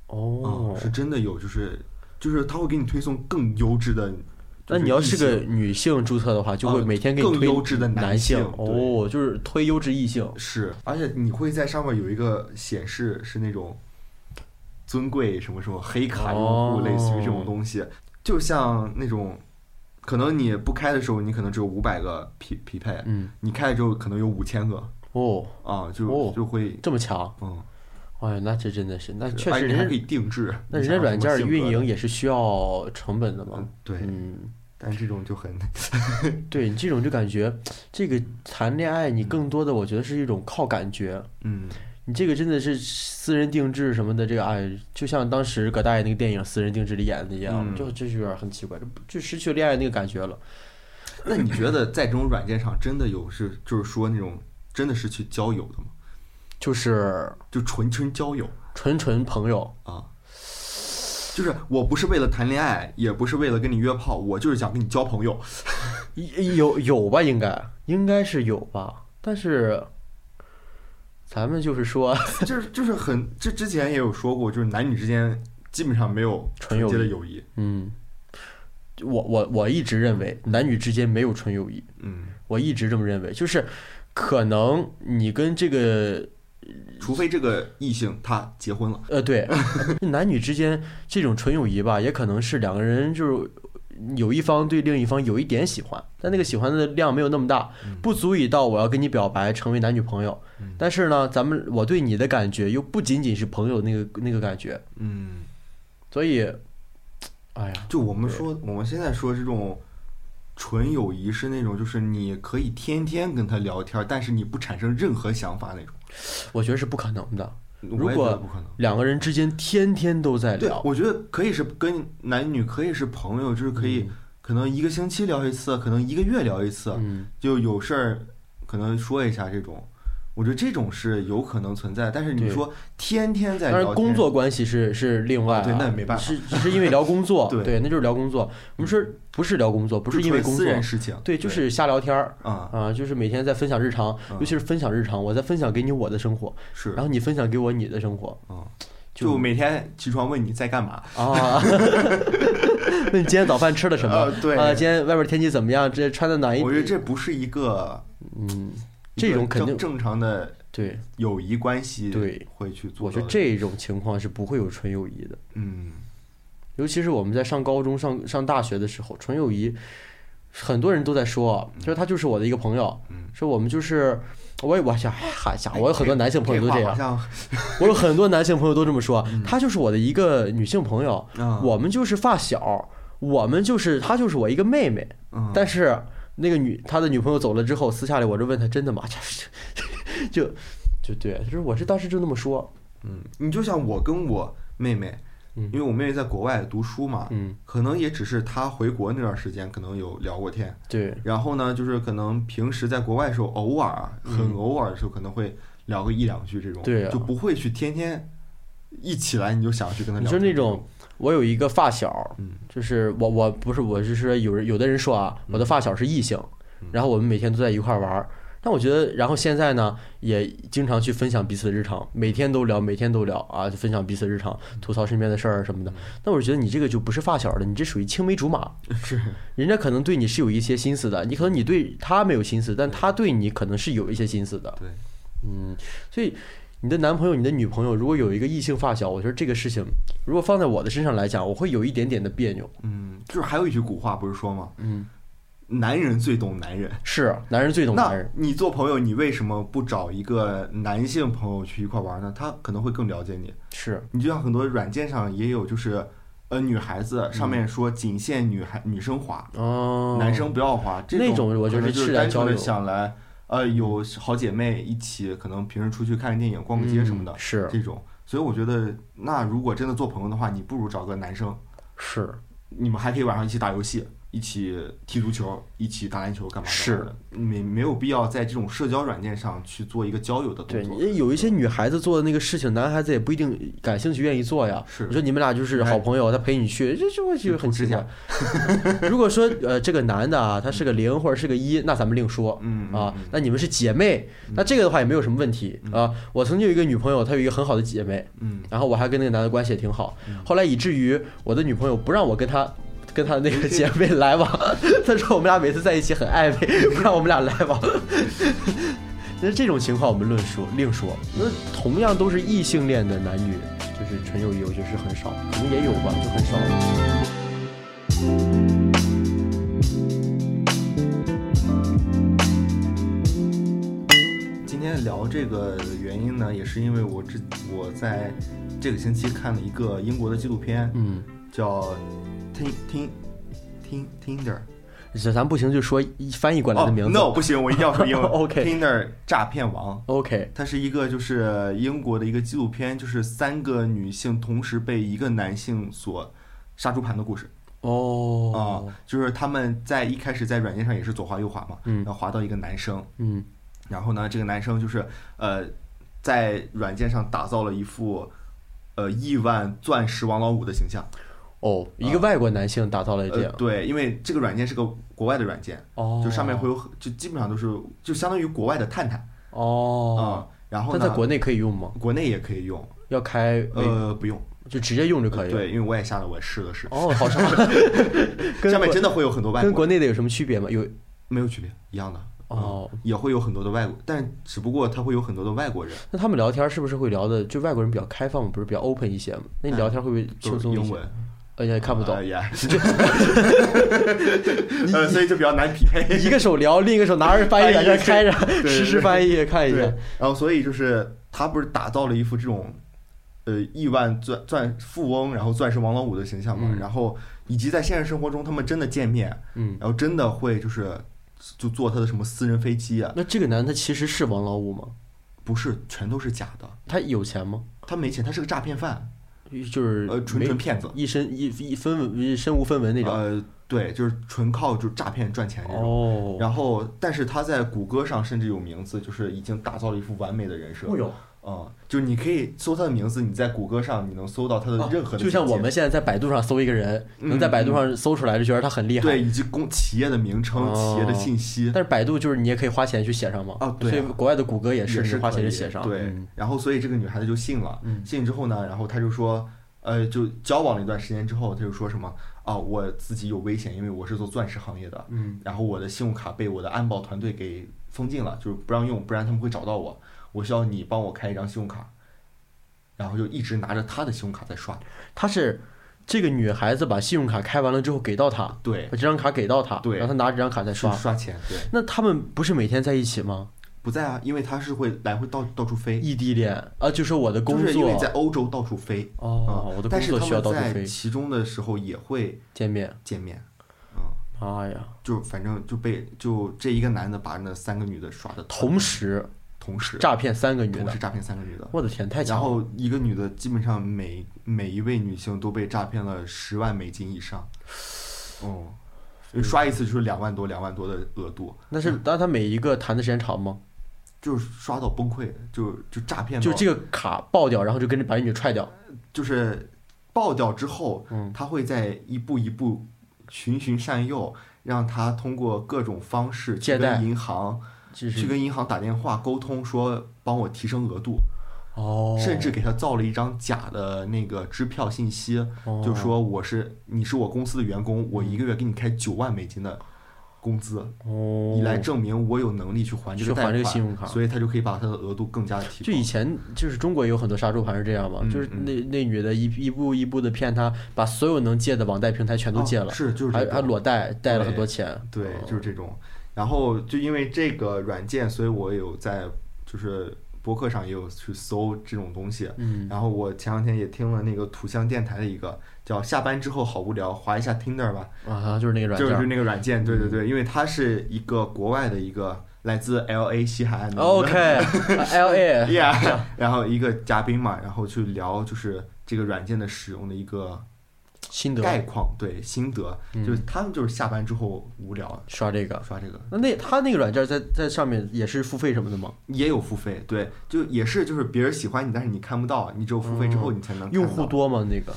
哦嗯，是真的有，就是就是他会给你推送更优质的。那就是你要是异性个女性注册的话，就会啊每天给你更推优质的男男性性哦，就是推优质异性。是，而且你会在上面有一个显示是那种尊贵什么什么黑卡用户，类似于这哦种东西，就像那种可能你不开的时候，你可能只有五百个匹匹配，嗯，你开了之后可能有五千个哦，啊，就、哦就会这么强，嗯，哎，那这真的是，那确而实且你还人可家，以定制，那你人家想要软什么件性运格营的，也是需要成本的嘛嗯。，对，嗯，但这种就很对你这种就感觉，这个谈恋爱你更多的我觉得是一种靠感觉。 嗯你这个真的是私人定制什么的，这个哎，就像当时葛大爷那个电影《私人定制》里演的一样，嗯就就是有点很奇怪，就就失去恋爱那个感觉了。那你觉得在这种软件上真的有是就是说那种真的是去交友的吗？就是就纯纯交友纯纯朋友，啊？就是我不是为了谈恋爱，也不是为了跟你约炮，我就是想跟你交朋友。 有有吧？应该应该是有吧，但是咱们就是说就是就是很，这之前也有说过，就是男女之间基本上没有纯纯洁的友谊，友谊。嗯，我我我一直认为男女之间没有纯友谊，嗯，我一直这么认为，就是可能你跟这个除非这个异性他结婚了。呃，对， 男女之间这种纯友谊吧，也可能是两个人就是有一方对另一方有一点喜欢，但那个喜欢的量没有那么大，不足以到我要跟你表白成为男女朋友嗯。但是呢，咱们我对你的感觉又不仅仅是朋友那个那个感觉，嗯，所以，哎呀，就我们说，我们现在说这种纯友谊是那种，就是你可以天天跟他聊天，但是你不产生任何想法那种。我觉得是不可能的。如我也觉果得不可能。两个人之间天天都在对聊，，我觉得可以是跟男女，可以是朋友，就是可嗯以、可能一个星期聊一次，可能一个月聊一次，嗯，就有事儿可能说一下这种。我觉得这种是有可能存在，但是你对说天天在当聊然，天工作关系是是另外、啊啊对那也没办法，是是因为聊工作 对那就是聊工作。我们是不是聊工作？不是就因为纯工私作，人事情，对，就是瞎聊天儿啊、啊、就是每天在分享日常，嗯尤其是分享日常，我在分享给你我的生活，是然后你分享给我你的生活，嗯就就每天起床问你在干嘛，啊， 问你今天早饭吃了什么？呃对啊，今天外边天气怎么样？这穿的暖一我点，觉得这不是一个嗯，一个这种肯定正正常的对，友谊关系对会去做我到觉的，得这种情况是不会有纯友谊的。嗯尤其是我们在上高中、上上大学的时候，纯友谊，很多人都在说，就是他就是我的一个朋友，嗯，说我们就是，我也我想，哈下，我有很多男性朋友都这哎话样，好像我有很多男性朋友都这么 说，他就是我的一个女性朋友，啊我们就是发小，我们就是他就是我一个妹妹，嗯但是那个女他的女朋友走了之后，私下里我就问他真的吗？ 就就就对，就是我是当时就那么说，嗯，你就像我跟我妹妹，嗯因为我妹妹在国外读书嘛，嗯，可能也只是她回国那段时间可能有聊过天，对，然后呢，就是可能平时在国外的时候，偶尔啊很偶尔的时候可能会聊个一两句这种，嗯对啊就不会去天天一起来你就想去跟她你聊说天这，那种，我有一个发小，嗯就是我我不是我是说有人有的人说啊，我的发小是异性，嗯然后我们每天都在一块儿玩儿。但我觉得，然后现在呢，也经常去分享彼此的日常，每天都聊，每天都聊啊，就分享彼此的日常，嗯吐槽身边的事儿什么的。那我觉得你这个就不是发小了，你这属于青梅竹马， 是人家可能对你是有一些心思的，你可能你对他没有心思，但他对你可能是有一些心思的。对，嗯，所以你的男朋友、你的女朋友如果有一个异性发小，我觉得这个事情如果放在我的身上来讲，我会有一点点的别扭。嗯，就是还有一句古话不是说吗？嗯，男人最懂男人。是男人最懂男那人，你做朋友，你为什么不找一个男性朋友去一块玩呢？他可能会更了解你。是你就像很多软件上也有，就是呃女孩子上嗯面说仅限女孩、女生滑，哦，男生不要滑。这那种我觉可得能是就赤是胆单纯交的友想来，呃，有好姐妹一起，可能平时出去看个电影、逛个街什么的、嗯是这种。所以我觉得，那如果真的做朋友的话，你不如找个男生，是你们还可以晚上一起打游戏。一起踢足球，一起打篮球，干嘛干嘛的？没没有必要在这种社交软件上去做一个交友的动对，作。你有一些女孩子做的那个事情，男孩子也不一定感兴趣、愿意做呀。是你说你们俩就是好朋友，他陪你去，这这我觉得很奇怪。如果说呃这个男的啊，他是个零或者是个一，那咱们另说。嗯啊嗯，那你们是姐妹，那这个的话也没有什么问题啊。我曾经有一个女朋友，她有一个很好的姐妹，嗯，然后我还跟那个男的关系也挺好，后来以至于我的女朋友不让我跟她跟她那个姐妹来 往，她说我们俩每次在一起很暧昧，不让我们俩来往。那这种情况我们论说另说，那同样都是异性恋的男女，就是纯友谊，我觉得是很少，可能也有吧，就很少。今天聊这个原因呢，也是因为我之我在这个星期看了一个英国的纪录片，嗯，叫 Tin Tin Tin Tinder。嗯咱咱不行就说一翻译过来的名字。哦、，No，不行，我一定要说英文。 OK Tinder 诈骗王， OK，它是一个就是英国的一个纪录片，就是三个女性同时被一个男性所杀猪盘的故事。哦，啊、就是他们在一开始在软件上也是左滑右滑嘛，嗯然后滑到一个男生，嗯然后呢，这个男生就是呃，在软件上打造了一副呃亿万钻石王老五的形象。哦，一个啊外国男性打造了这呃，样，对，因为这个软件是个国外的软件，哦，呃就上面会有很就基本上都是就相当于国外的探探啊、哦，然后但呢，在国内可以用吗？国内也可以用，要开微呃，不用，呃就直接用就可以。，对，因为我也下了，我也试了试，哦，好 傻。跟下面国真的会有很多外跟国国人，内的有什么区别吗？有没有区别，一样的。哦，也会有很多的外国，但只不过他会有很多的外国人，那他们聊天是不是会聊的就外国人比较开放，不是比较 open 一些吗？那你聊天会不会轻就哎是松一英些？文，呃，也看不懂哎，呀，呃，所以就比较难 匹配。一个手聊，另一个手拿着翻译软件开着，对实时翻译看一对下。，然后所以就是他不是打造了一副这种，呃，亿万钻钻富翁，然后钻石王老五的形象嘛，嗯然后以及在现实生活中他们真的见面，嗯，然后真的会就是就坐他的什么私人飞机啊，那这个男的其实是王老五吗？不是全都是假的，他有钱吗？他没钱，他是个诈骗犯，就是呃，纯没纯骗子，一身一一分文一身无分文那种。呃，对，就是纯靠就诈骗赚钱这种。哦，然后，但是他在谷歌上甚至有名字，就是已经打造了一副完美的人设。哦哟，嗯，就是你可以搜他的名字，你在谷歌上你能搜到他的嗯任何的、哦嗯就像我们。现在在百度上搜一个人，能在百度上搜出来，就觉得他很厉害。对，以及公企业的名哦称、企业的信息，但是百度就是你也可以花钱去写上嘛。啊对啊所以国外的谷歌也是也你是花钱去可以写上。对，嗯然后所以这个女孩子就信了，嗯信之后呢，然后她就说，呃，就交往了一段时间之后，她就说什么啊，我自己有危险，因为我是做钻石行业的，嗯，然后我的信用卡被我的安保团队给封禁了，就是不让用，不然他们会找到我，我需要你帮我开一张信用卡，然后就一直拿着她的信用卡在刷，她是这个女孩子把信用卡开完了之后给到他，对把，这张卡给到他，对然后他拿着这张卡再去刷。刷钱，对，那他们不是每天在一起吗？不在啊，因为她是会来回到到处飞，异地恋啊，就说我的工就是因为在作欧洲到处飞。哦，我的工但是作他需要们到处在飞其中的时候也会见面。见面，嗯，妈呀，就反正就被就这一个男的把那三个女的耍的同时同时诈骗三个女同的时，诈骗三个女的，我的天，太强然了！后一个女的基本上每每一位女性都被诈骗了十万美金以上，哦、嗯刷一次就是两万多两万多的额度，那是，但他每一个谈的时间长吗？就是刷到崩溃，就就诈骗到就这个卡爆掉，然后就跟着把这女踹掉。就是爆掉之后，嗯他会在一步一步循循善诱，让他通过各种方式去借贷跟银行。就去是跟银行打电话沟通，说帮我提升额度，哦，甚至给他造了一张假的那个支票信息，哦嗯就说我是你是我公司的员工，我一个月给你开九万美金的工资，哦，以来证明我有能力去还这去个贷还款，这个信用卡所以他就可以把他的额度更加地提就高。以前就是中国也有很多杀猪盘是这样嘛，嗯就是嗯那那女的一一步一步的骗他，把所有能借的网贷平台全都借了，哦是就是这还种还裸贷贷了很多钱，对，哦就是这种。然后就因为这个软件，所以我有在就是博客上也有去搜这种东西。嗯然后我前两天也听了那个土象电台的一个叫“下班之后好无聊，划一下 Tinder 吧啊，就是那个”，软就件是儿。嗯那个软件。对对对，因为它是一个国外的一个来自 L A 西海岸哦的 OK，L A， yeah，然 后一个嘉宾嘛，然后去聊就是这个软件的使用的一个心得概况，对心得，嗯就是他们就是下班之后无聊刷这个。刷这个。那那他那个软件在在上面也是付费什么的吗？也有付费，对，就也是就是别人喜欢你，但是你看不到，你只有付费之后你才嗯能看到、嗯用户多吗？那个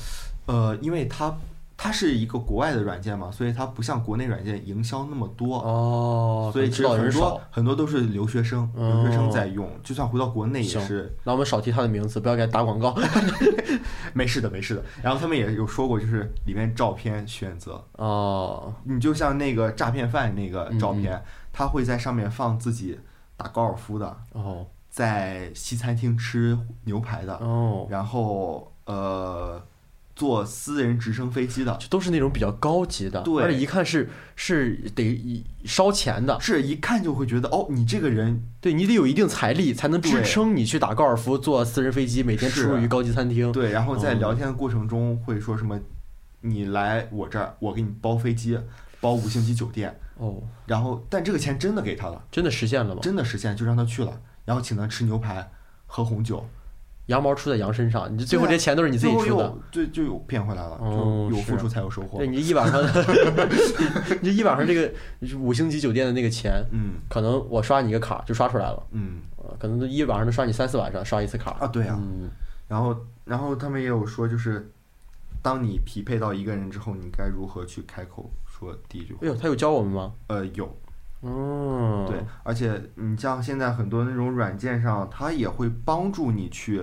呃，因为它它是一个国外的软件嘛，所以它不像国内软件营销那么多，哦，所以其知实道的很人少多。很多都是留学生，哦留学生在用，就算回到国内也行是那我们少提他的名字，不要给他打广告没事的，没事的。然后他们也有说过，就是里面照片选择，哦。你就像那个诈骗犯那个照嗯片，他会在上面放自己打高尔夫的，哦在西餐厅吃牛排的，哦，然后呃，坐私人直升飞机的，就都是那种比较高级的，对而且一看是是得烧钱的，是一看就会觉得哦，你这个人对你得有一定财力才能支对撑你去打高尔夫、坐私人飞机，每天出是啊入于高级餐厅。对。然后在嗯聊天的过程中会说什么，你来我这儿，我给你包飞机，包五星级酒店，哦，然后但这个钱真的给他了，真的实现了吗？真的实现，就让他去了，然后请他吃牛排。喝红酒，羊毛出在羊身上，你这最后这对些啊钱都是你自己最出后的又。就就又骗回来了，哦就有是付出才有收获对，。你这一晚上， 你这一晚上这个五星级酒店的那个钱，嗯可能我刷你一个卡就刷出来了，嗯呃可能都一晚上能刷你三四晚上刷一次卡。啊，对啊，嗯，然后，然后他们也有说，就是当你匹配到一个人之后，你该如何去开口说第一句话哎？呦，他有教我们吗？呃，有嗯，对，，而且你像现在很多那种软件上，它也会帮助你去，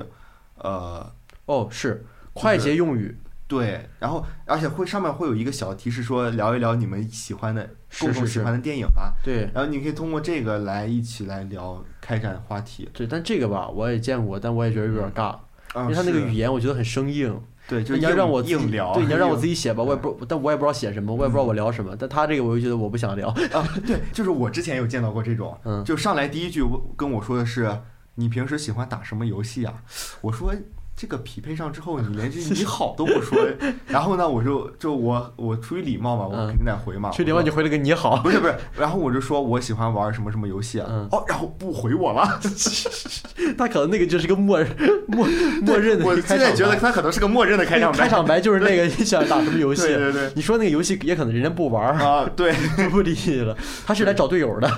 呃，哦，是快捷用语，对，然后而且会上面会有一个小提示说聊一聊你们喜欢的是共是同喜是欢的电影吧，对然后你可以通过这个来一起来聊开展话题，对，但这个吧，我也见过，但我也觉得有点尬，因因为他那个语言我觉得很生硬，对，嗯啊就你要硬让我自己硬聊，对，你要让我硬嗯自己写吧，我也不，但我也不知道写什么，我也不知道我聊什么，但他这个我就觉得我不想聊， 啊，对，就是我之前有见到过这种，嗯就上来第一句问跟我说的是你平时喜欢打什么游戏啊？我说这个匹配上之后，你 连句你好都不说，然后呢，我就就我我出于礼貌嘛，我嗯肯定得回 嘛。去另外啊我你回了个你好，不是不是，然后我就说我喜欢玩什么什么游戏啊，嗯哦，然后不回我了。 他可能那个就是个默默 默认的我一个开现场白。在觉得他可能是个默认的开场白。开场白就是那个你想打什么游戏对，对对。你说那个游戏也可能人家不玩 儿，啊，对，不理你了，他是来找队友 的，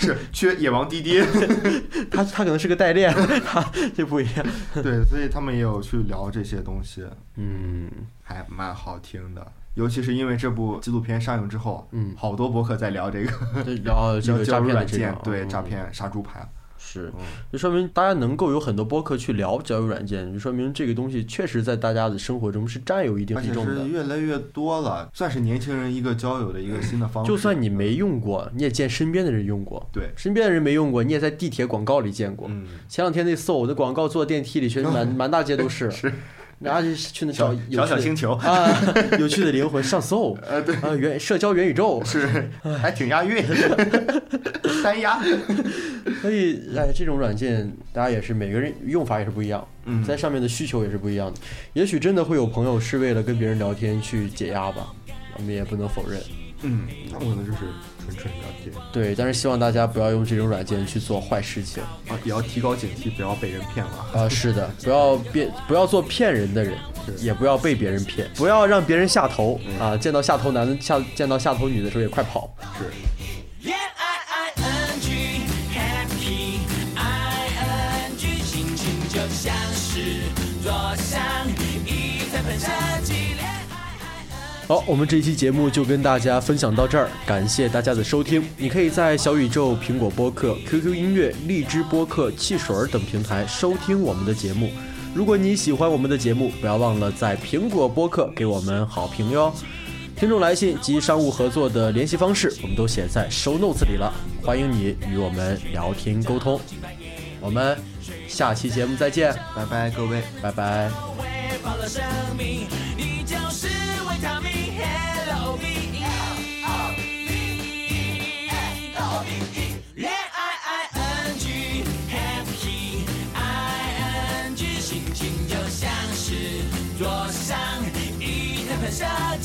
是去野王滴滴， 他他可能是个代练，他这不一样。对，所以他们也有去聊这些东西，嗯还蛮好听的。尤其是因为这部纪录片上映之后，嗯，好多博客在聊这个 然后这聊个交诈友骗的软这件种，对嗯诈骗杀猪盘，是嗯，就说明大家能够有很多播客去聊交友软件，就说明这个东西确实在大家的生活中是占有一定而比且重是的。越来越多了，算是年轻人一个交友的一个新的方式。就算你没用过，你也见身边的人用过；嗯对，身边的人没用过，你也在地铁广告里见过。嗯，前两天那搜我的广告坐电梯里，全是 满满大街都是，是，然后就去那找小有趣小的小 星球啊，有趣的灵魂上搜 呃，对，啊，元社交元宇 宙，是还挺押韵， 单押， 所以哎，这种软件大家也是每个人用法也是不一样，嗯，在上面的需求也是不一样的。也许真的会有朋友是为了跟别人聊天去解压吧，我们也不能否认。嗯，那我可能就是纯纯聊天对，但是希望大家不要用这种软件去做坏事情啊，也要提高警惕，不要被人骗了。啊！是的，不要变，不要做骗人的人，也不要被别人骗，不要让别人下头啊！见到下头男的下，见到下头女的时候也快跑。是，恋爱 i n g happy i n g 心情就像是座像一台喷射机。恋爱好，我们这一期节目就跟大家分享到这儿，感谢大家的收听。你可以在小宇宙、苹果播客、QQ 音乐、荔枝播客、汽水儿等平台收听我们的节目。如果你喜欢我们的节目，不要忘了在苹果播客给我们好评哟。听众来信及商务合作的联系方式，我们都写在 show notes 里了，欢迎你与我们聊天沟通。我们下期节目再见，拜拜，各位。拜拜。喂饱了生命，你就是维他命 Hello V E。恋爱 i n g happy i n g 心情就像是坐上一台喷射机。